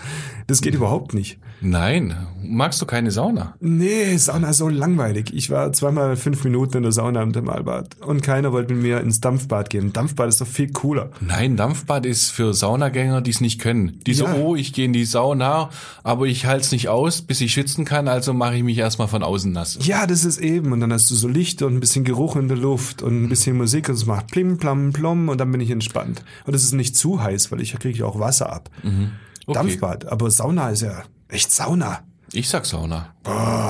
Das geht überhaupt nicht. Nein. Magst du keine Sauna? Nee, Sauna ist so langweilig. Ich war zweimal fünf Minuten in der Sauna im Thermalbad und keiner wollte mit mir ins Dampfbad gehen. Dampfbad ist doch viel cooler. Nein, Dampfbad ist für Saunagänger, die es nicht können. Die so, Ja. oh, ich gehe in die Sauna, aber ich halte es nicht aus, bis ich schwitzen kann, also mache ich mich erstmal von außen nass. Ja, das ist eben. Und dann hast du so Licht und ein bisschen Geruch in der Luft und ein bisschen Musik und es macht plim, plam, plom und dann bin ich entspannt. Und es ist nicht zu heiß, weil ich kriege ja auch Wasser ab. Mhm. Okay. Dampfbad, aber Sauna ist ja echt Sauna. Ich sag Sauna.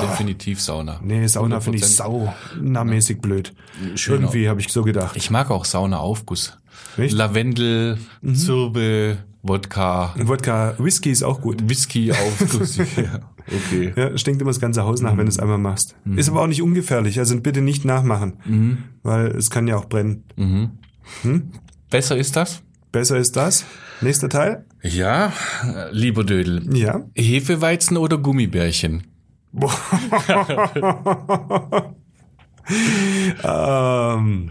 Definitiv Sauna. Nee, Sauna finde ich 100%. saunamäßig blöd. Schön Irgendwie habe ich so gedacht. Ich mag auch Saunaaufguss. Echt? Lavendel, Zirbe, Wodka, Und Wodka, Whisky ist auch gut. Whisky Aufguss. ja. Okay. Ja, stinkt immer das ganze Haus Mhm. nach, wenn du es einmal machst. Ist aber auch nicht ungefährlich, also bitte nicht nachmachen, Mhm. weil es kann ja auch brennen. Besser ist das? Besser ist das. Nächster Teil? Ja, lieber Dödel. Ja. Hefeweizen oder Gummibärchen? Ähm,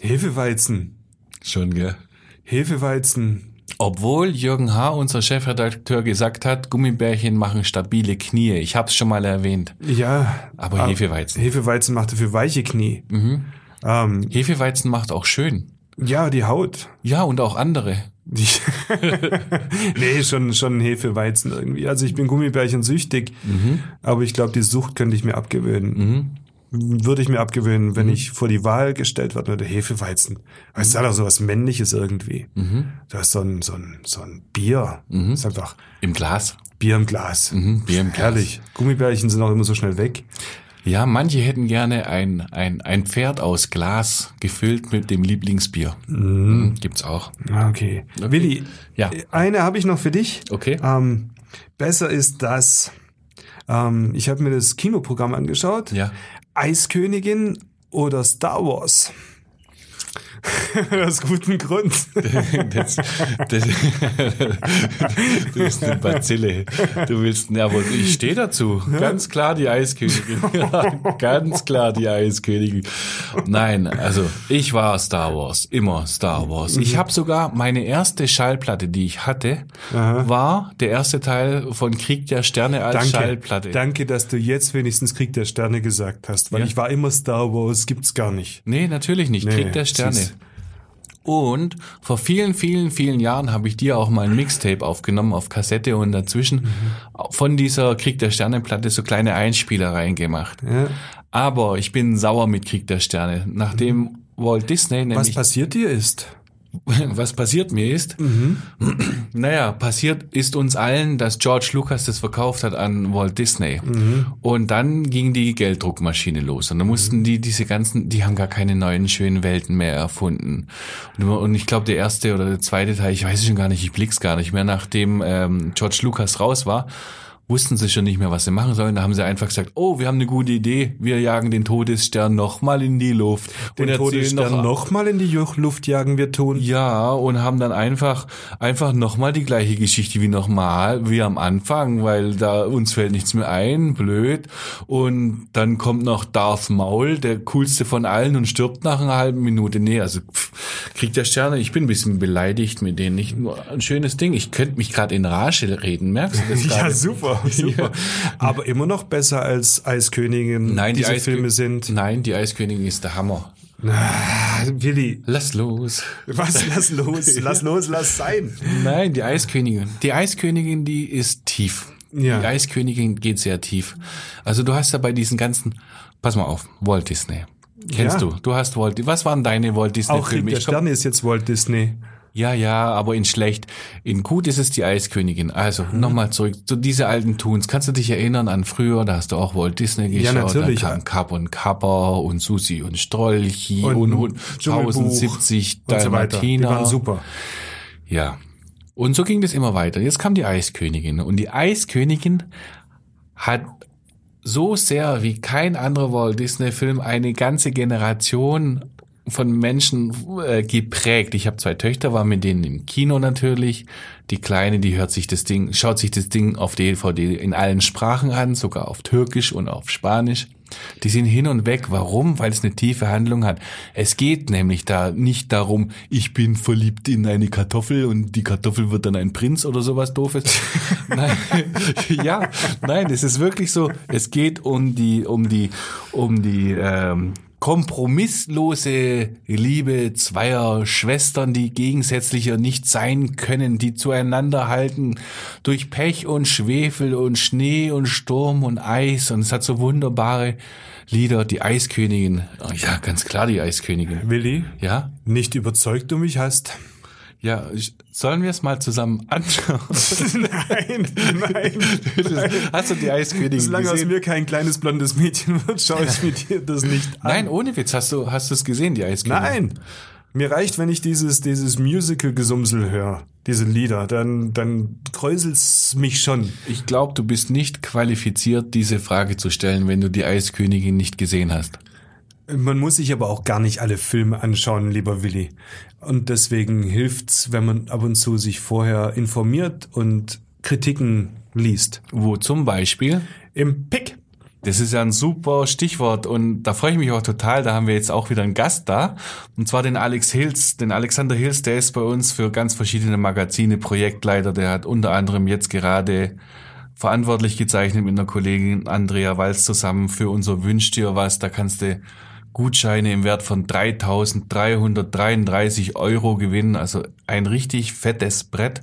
Hefeweizen. Schon, gell? Hefeweizen. Obwohl Jürgen H., unser Chefredakteur, gesagt hat, Gummibärchen machen stabile Knie. Ich hab's schon mal erwähnt. Ja. Aber Hefeweizen. Hefeweizen macht dafür weiche Knie. Ähm, Hefeweizen macht auch schön. ja, die Haut. Ja, und auch andere. Die nee, schon, schon Hefeweizen irgendwie. Also ich bin Gummibärchen süchtig, aber ich glaube, die Sucht könnte ich mir abgewöhnen. Würde ich mir abgewöhnen, wenn ich vor die Wahl gestellt werde, oder Hefeweizen. Aber es ist halt auch so was Männliches irgendwie. Du hast so ein, so ein, so ein Bier. Ist einfach Im Glas. Bier im Glas. Mhm, Bier im Glas. Herrlich. Gummibärchen sind auch immer so schnell weg. Ja, manche hätten gerne ein, ein, ein Pferd aus Glas gefüllt mit dem Lieblingsbier. Mhm, Gibt's auch. Ah, Okay. Willi, Ja. Ah. eine habe ich noch für dich. Okay. Ähm, besser ist das. Ähm, ich habe mir das Kinoprogramm angeschaut. Ja. Eiskönigin oder Star Wars? Aus gutem Grund. Das, das, du bist eine Bazille. Du willst, ja, aber ich stehe dazu. Ganz klar die Eiskönigin. Ganz klar die Eiskönigin. Nein, also ich war Star Wars, immer Star Wars. Ich habe sogar meine erste Schallplatte, die ich hatte, war der erste Teil von Krieg der Sterne als Schallplatte. Danke, dass du jetzt wenigstens Krieg der Sterne gesagt hast, weil Ja. ich war immer Star Wars, gibt's gar nicht. Nee, natürlich nicht. Nee, Krieg der Sterne. siehst. Und vor vielen, vielen, vielen Jahren habe ich dir auch mal ein Mixtape aufgenommen auf Kassette und dazwischen von dieser Krieg der Sterne Platte so kleine Einspielereien gemacht. Ja. Aber ich bin sauer mit Krieg der Sterne. Nachdem Walt Disney Mhm. Was nämlich passiert dir ist? was passiert mir ist, Mhm. naja, passiert ist uns allen, dass George Lucas das verkauft hat an Walt Disney. Mhm. Und dann ging die Gelddruckmaschine los. Und dann mussten die diese ganzen, die haben gar keine neuen schönen Welten mehr erfunden. Und, und ich glaube, der erste oder der zweite Teil, ich weiß es schon gar nicht, ich blick's gar nicht mehr, nachdem ähm, George Lucas raus war, wussten sie schon nicht mehr, was sie machen sollen. Da haben sie einfach gesagt, oh, wir haben eine gute Idee, wir jagen den Todesstern nochmal in die Luft. Den erzählen Todesstern nochmal in die Ju- Luft jagen wir tun. ja, und haben dann einfach, einfach nochmal die gleiche Geschichte wie nochmal, wie am Anfang, weil da uns fällt nichts mehr ein, blöd. Und dann kommt noch Darth Maul, der coolste von allen und stirbt nach einer halben Minute. Nee, also pff, kriegt der Sterne, ich bin ein bisschen beleidigt mit denen. Ich, ein schönes Ding, ich könnte mich gerade in Rage reden, merkst du das gerade? super, super. Aber immer noch besser als Eiskönigin. Nein, die diese Eiskö- Filme sind. Nein, die Eiskönigin ist der Hammer. Ah, Willi, Lass los. was? Lass los, lass los, lass sein. Nein, die Eiskönigin. Die Eiskönigin, die ist tief. Ja. Die Eiskönigin geht sehr tief. Also du hast ja bei diesen ganzen, pass mal auf, Walt Disney. Kennst Ja. du? Du hast Walt. Was waren deine Walt Disney Auch Krieg Filme? der Ich komm- Sterne ist jetzt Walt Disney. ja, ja, aber in schlecht. In gut ist es die Eiskönigin. Also Mhm. nochmal zurück zu diese alten Tunes. Kannst du dich erinnern an früher? Da hast du auch Walt Disney geschaut. Ja, natürlich. Dann kam Kapp und Kapper und Susi und Strolchi und, und, Dschungelbuch 1070 und so weiter. Die Dalmatiner. waren super. Ja. Und so ging das immer weiter. Jetzt kam die Eiskönigin. Und die Eiskönigin hat so sehr wie kein anderer Walt Disney-Film eine ganze Generation von Menschen äh, geprägt. Ich habe zwei Töchter, war mit denen im Kino natürlich. Die Kleine, die hört sich das Ding, schaut sich das Ding auf DVD in allen Sprachen an, sogar auf Türkisch und auf Spanisch. Die sind hin und weg. Warum? Weil es eine tiefe Handlung hat. Es geht nämlich da nicht darum, ich bin verliebt in eine Kartoffel und die Kartoffel wird dann ein Prinz oder sowas doofes. nein, ja, nein, es ist wirklich so. Es geht um die, um die, um die ähm, kompromisslose Liebe zweier Schwestern, die gegensätzlicher nicht sein können, die zueinander halten durch Pech und Schwefel und Schnee und Sturm und Eis und es hat so wunderbare Lieder, die Eiskönigin. Oh ja, ganz klar die Eiskönigin. Willi, Ja? nicht überzeugt du mich hast. Ja, ich- sollen wir es mal zusammen anschauen? nein, nein. Hast du die Eiskönigin Solange aus gesehen? mir kein kleines blondes Mädchen wird, schaue ich mir dir das nicht an. Nein, ohne Witz, hast du hast du es gesehen, die Eiskönigin? Nein. Mir reicht, wenn ich dieses, dieses Musical-Gesumsel höre, diese Lieder, dann, dann kräuselt's mich schon. Ich glaube, du bist nicht qualifiziert, diese Frage zu stellen, wenn du die Eiskönigin nicht gesehen hast. Man muss sich aber auch gar nicht alle Filme anschauen, lieber Willi. Und deswegen hilft's, wenn man ab und zu sich vorher informiert und Kritiken liest. Wo zum Beispiel? Im Pick. Das ist ja ein super Stichwort und da freue ich mich auch total. Da haben wir jetzt auch wieder einen Gast da und zwar den Alex Hills, den Alexander Hills, der ist bei uns für ganz verschiedene Magazine Projektleiter. Der hat unter anderem jetzt gerade verantwortlich gezeichnet mit einer Kollegin Andrea Walz zusammen für unser Wünsch dir was. Da kannst du Gutscheine im Wert von 3.333 Euro gewinnen. Also ein richtig fettes Brett.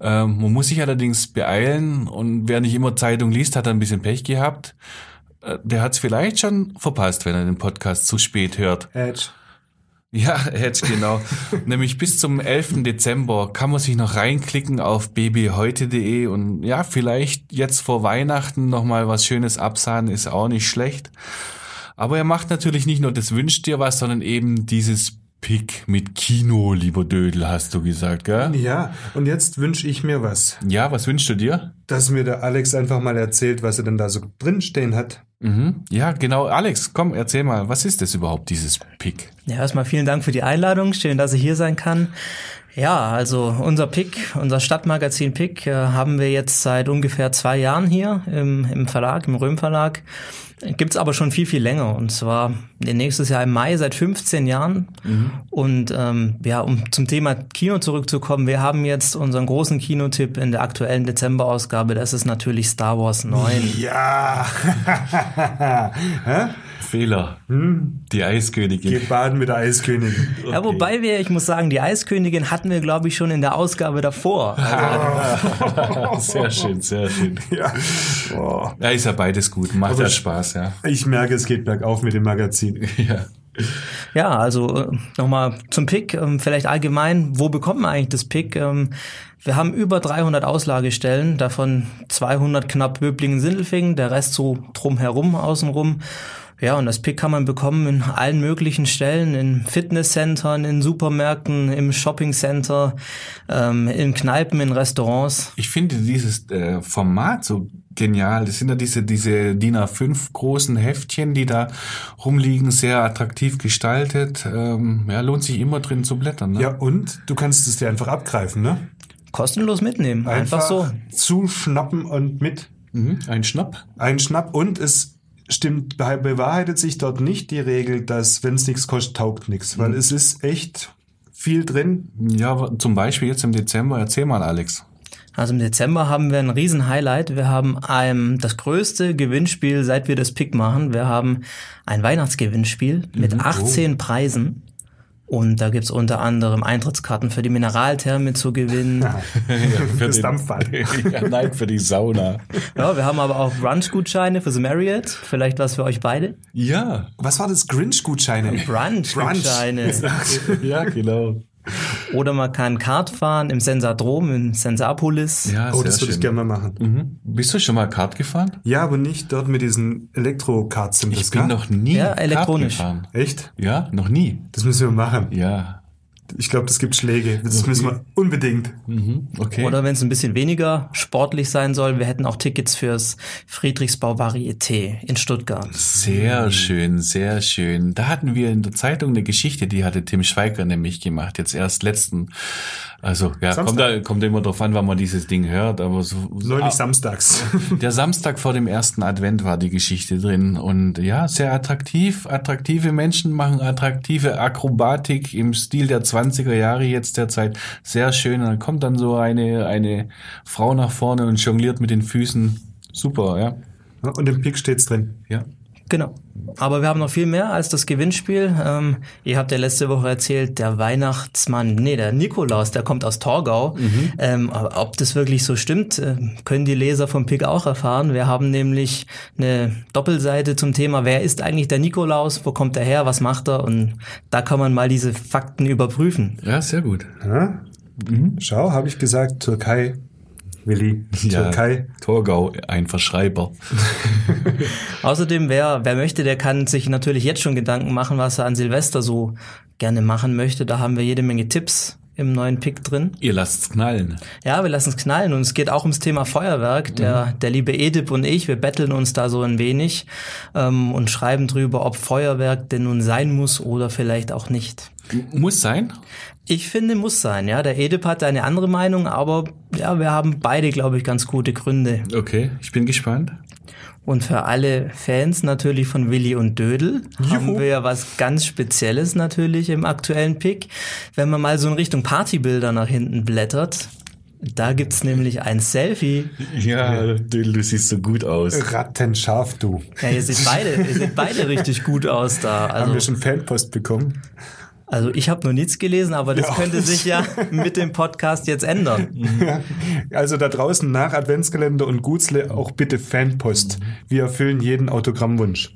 Ähm, man muss sich allerdings beeilen und wer nicht immer Zeitung liest, hat ein bisschen Pech gehabt. Äh, Der hat es vielleicht schon verpasst, wenn er den Podcast zu spät hört. Edge. Ja, jetzt genau. Nämlich bis zum 11. Dezember kann man sich noch reinklicken auf babyheute.de und ja, vielleicht jetzt vor Weihnachten nochmal was Schönes absahen, ist auch nicht schlecht. Aber er macht natürlich nicht nur das Wünsch dir was, sondern eben dieses Pick mit Kino, lieber Dödel, hast du gesagt, gell? Ja, und jetzt wünsche ich mir was, Ja, was wünschst du dir? dass mir der Alex einfach mal erzählt, was er denn da so drinstehen hat. Mhm. Ja, genau. Alex, komm, erzähl mal, was ist das überhaupt, dieses Pick? Ja, erstmal vielen Dank für die Einladung. Schön, dass ich hier sein kann. Ja, also unser Pick, unser Stadtmagazin Pick, äh, haben wir jetzt seit ungefähr zwei Jahren hier im, im Verlag, im Röhm Verlag. Gibt's aber schon viel, viel länger. Und zwar nächstes Jahr im Mai, seit 15 Jahren. Mhm. Und ähm, ja, um zum Thema Kino zurückzukommen, wir haben jetzt unseren großen Kinotipp in der aktuellen Dezemberausgabe. Das ist natürlich Star Wars 9. Ja, Fehler. Hm? Die Eiskönigin. geht baden mit der Eiskönigin. Ja, wobei wir, ich muss sagen, die Eiskönigin hatten wir, glaube ich, schon in der Ausgabe davor. Also, Sehr schön, sehr schön. Ja. Boah. Ja, ist ja beides gut. Macht Aber ja ich- Spaß, ja. Ich merke, es geht bergauf mit dem Magazin. Ja. Ja, also nochmal zum Pick, ähm, vielleicht allgemein, wo bekommt man eigentlich das Pick? Ähm, Wir haben über 300 Auslagestellen, davon 200 knapp Böblingen-Sindelfingen, der Rest so drumherum, außenrum. Ja, und das Pick kann man bekommen in allen möglichen Stellen, in Fitnesscentern, in Supermärkten, im Shoppingcenter, ähm, in Kneipen, in Restaurants. Ich finde dieses äh, Format so genial. Das sind ja diese, diese DIN A5 großen Heftchen, die da rumliegen, sehr attraktiv gestaltet. Ähm, ja, lohnt sich immer drin zu blättern. Ne? Ja, und du kannst es dir einfach abgreifen, ne? Kostenlos mitnehmen, einfach so. Zuschnappen und mit Mhm. Ein Schnapp. einen Schnapp. Und es stimmt, be- bewahrheitet sich dort nicht die Regel, dass wenn es nichts kostet, taugt nichts. Mhm. Weil es ist echt viel drin. Ja, aber zum Beispiel jetzt im Dezember. Erzähl mal, Alex. Also im Dezember haben wir ein riesen Highlight. Wir haben ein, das größte Gewinnspiel, seit wir das Pick machen. Wir haben ein Weihnachtsgewinnspiel mit 18 Preisen. Und da gibt's unter anderem Eintrittskarten für die Mineraltherme zu gewinnen. Für Das den- Dampfbad. ja, nein, für die Sauna. ja, wir haben aber auch Brunch-Gutscheine fürs Marriott. Vielleicht was für euch beide. Ja, Was war das? Grinch-Gutscheine? Brunch-Gutscheine. ja, genau. Oder man kann Kart fahren im Sensadrom in Sensapolis. Ja, Oh, sehr das würde ich schön. gerne mal machen. Mhm. Bist du schon mal Kart gefahren? Ja, aber nicht dort mit diesen Elektrokarts sind das, Ich bin gell? noch nie Ja, elektronisch. Kart gefahren. Echt? Ja, noch nie. Das müssen wir machen. Ja, Ich glaube, das gibt Schläge. Das müssen wir unbedingt. okay. Mhm. Oder wenn es ein bisschen weniger sportlich sein soll, wir hätten auch Tickets fürs Friedrichsbau Varieté in Stuttgart. Sehr schön, sehr schön. Da hatten wir in der Zeitung eine Geschichte, die hatte Tim Schweiger nämlich gemacht, jetzt erst letzten. Also ja, Samstag. kommt, da, kommt immer drauf an, wann man dieses Ding hört, aber so. Neulich Ah, samstags. der Samstag vor dem ersten Advent war die Geschichte drin und ja, sehr attraktiv. Attraktive Menschen machen attraktive Akrobatik im Stil der 20er Jahre jetzt derzeit. Sehr schön. Und dann kommt dann so eine, eine Frau nach vorne und jongliert mit den Füßen. Super, ja. Ja, Und im Pick steht's drin. Ja. Genau. Aber wir haben noch viel mehr als das Gewinnspiel. Ähm, ihr habt ja letzte Woche erzählt, der Weihnachtsmann, nee, der Nikolaus, der kommt aus Torgau. Ähm, aber ob das wirklich so stimmt, ähm, können die Leser vom Pick auch erfahren. Wir haben nämlich eine Doppelseite zum Thema, wer ist eigentlich der Nikolaus, wo kommt er her, was macht er? Und da kann man mal diese Fakten überprüfen. Ja, sehr gut. Ja? Mhm. Schau, habe ich gesagt, Türkei. Willi, Türkei. Torgau, ein Verschreiber. Außerdem, wer, wer möchte, der kann sich natürlich jetzt schon Gedanken machen, was er an Silvester so gerne machen möchte. Da haben wir jede Menge Tipps im neuen Pick drin. Ihr lasst's knallen. Ja, wir lassen es knallen und es geht auch ums Thema Feuerwerk. Der, der liebe Edip und ich, wir betteln uns da so ein wenig ähm, und schreiben drüber, ob Feuerwerk denn nun sein muss oder vielleicht auch nicht. Muss sein. Ich finde, muss sein, ja. Der Edip hat eine andere Meinung, aber ja, wir haben beide, glaube ich, ganz gute Gründe. Okay, ich bin gespannt. Und für alle Fans natürlich von Willi und Dödel haben wir ja was ganz Spezielles natürlich im aktuellen Pick. Wenn man mal so in Richtung Partybilder nach hinten blättert, da gibt's nämlich ein Selfie Ja, du, du siehst so gut aus. Rattenscharf, du. Ja, ihr seht beide, ihr seht beide richtig gut aus da. Haben wir Also, schon Fanpost bekommen? Also ich habe noch nichts gelesen, aber das Ja, auch könnte nicht. sich ja mit dem Podcast jetzt ändern. Also da draußen nach Adventskalender und Gutzle auch bitte Fanpost. Wir erfüllen jeden Autogrammwunsch.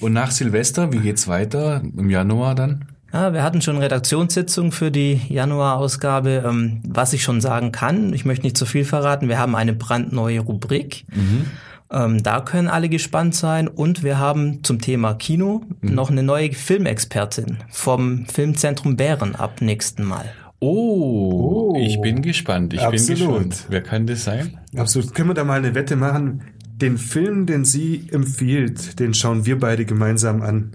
Und nach Silvester, wie geht's weiter? Im Januar dann? Ja, wir hatten schon Redaktionssitzung für die Januarausgabe. Ähm, was ich schon sagen kann, ich möchte nicht zu viel verraten, wir haben eine brandneue Rubrik. Mhm. Ähm, da können alle gespannt sein. Und wir haben zum Thema Kino Mhm. noch eine neue Filmexpertin vom Filmzentrum Bären ab nächsten Mal. Oh, Oh. ich bin gespannt. Ich Absolut. bin gespannt. Wer kann das sein? Absolut. Können wir da mal eine Wette machen? Den Film, den sie empfiehlt, den schauen wir beide gemeinsam an.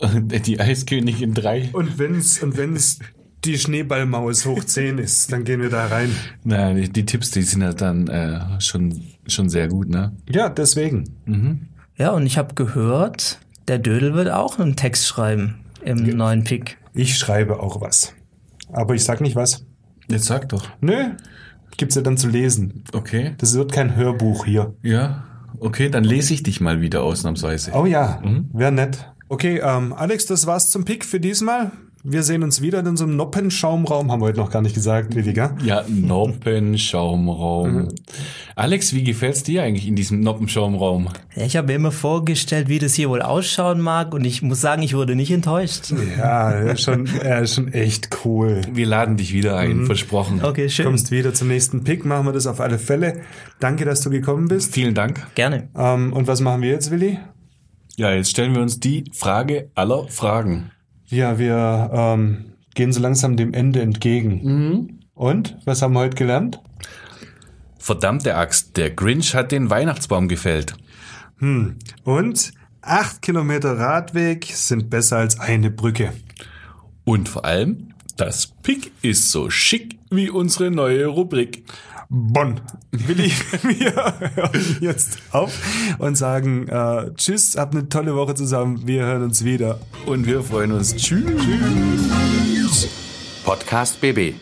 Äh, Die Eiskönigin 3. Und wenn's, und wenn's die Schneeballmaus hoch 10 ist, dann gehen wir da rein. Na, die, die Tipps, die sind ja dann äh, schon, schon sehr gut, ne? Ja, deswegen. Ja, und ich habe gehört, der Dödel wird auch einen Text schreiben im neuen Pick. Ich schreibe auch was. Aber ich sag nicht was. Jetzt sag doch. Nö. Gibt's ja dann zu lesen. Okay. Das wird kein Hörbuch hier. Ja. Okay, dann lese ich dich mal wieder ausnahmsweise. Oh ja, wär nett. Okay, ähm, Alex, das war's zum Pick für diesmal. Wir sehen uns wieder in unserem Noppenschaumraum. Haben wir heute noch gar nicht gesagt, Lilly, gell? Ja, Noppenschaumraum. Alex, wie gefällt's dir eigentlich in diesem Noppenschaumraum? Ja, Ich habe mir immer vorgestellt, wie das hier wohl ausschauen mag und ich muss sagen, ich wurde nicht enttäuscht. Ja, er ist schon, er ist schon echt cool. Wir laden dich wieder ein, versprochen. Okay, Du schön. kommst wieder zum nächsten Pick, machen wir das auf alle Fälle. Danke, dass du gekommen bist. Vielen Dank. Gerne. Ähm, und was machen wir jetzt, Willi? Ja, jetzt stellen wir uns die Frage aller Fragen. Ja, wir ähm, gehen so langsam dem Ende entgegen. Und, was haben wir heute gelernt? Verdammte Axt, der Grinch hat den Weihnachtsbaum gefällt. Und, acht Kilometer Radweg sind besser als eine Brücke. Und vor allem, das Pick ist so schick wie unsere neue Rubrik. Bonn. Willi, wir hören jetzt auf und sagen äh, Tschüss, habt eine tolle Woche zusammen. Wir hören uns wieder. Und wir freuen uns. Tschüss. Podcast BB.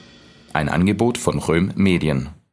Ein Angebot von Röhm Medien.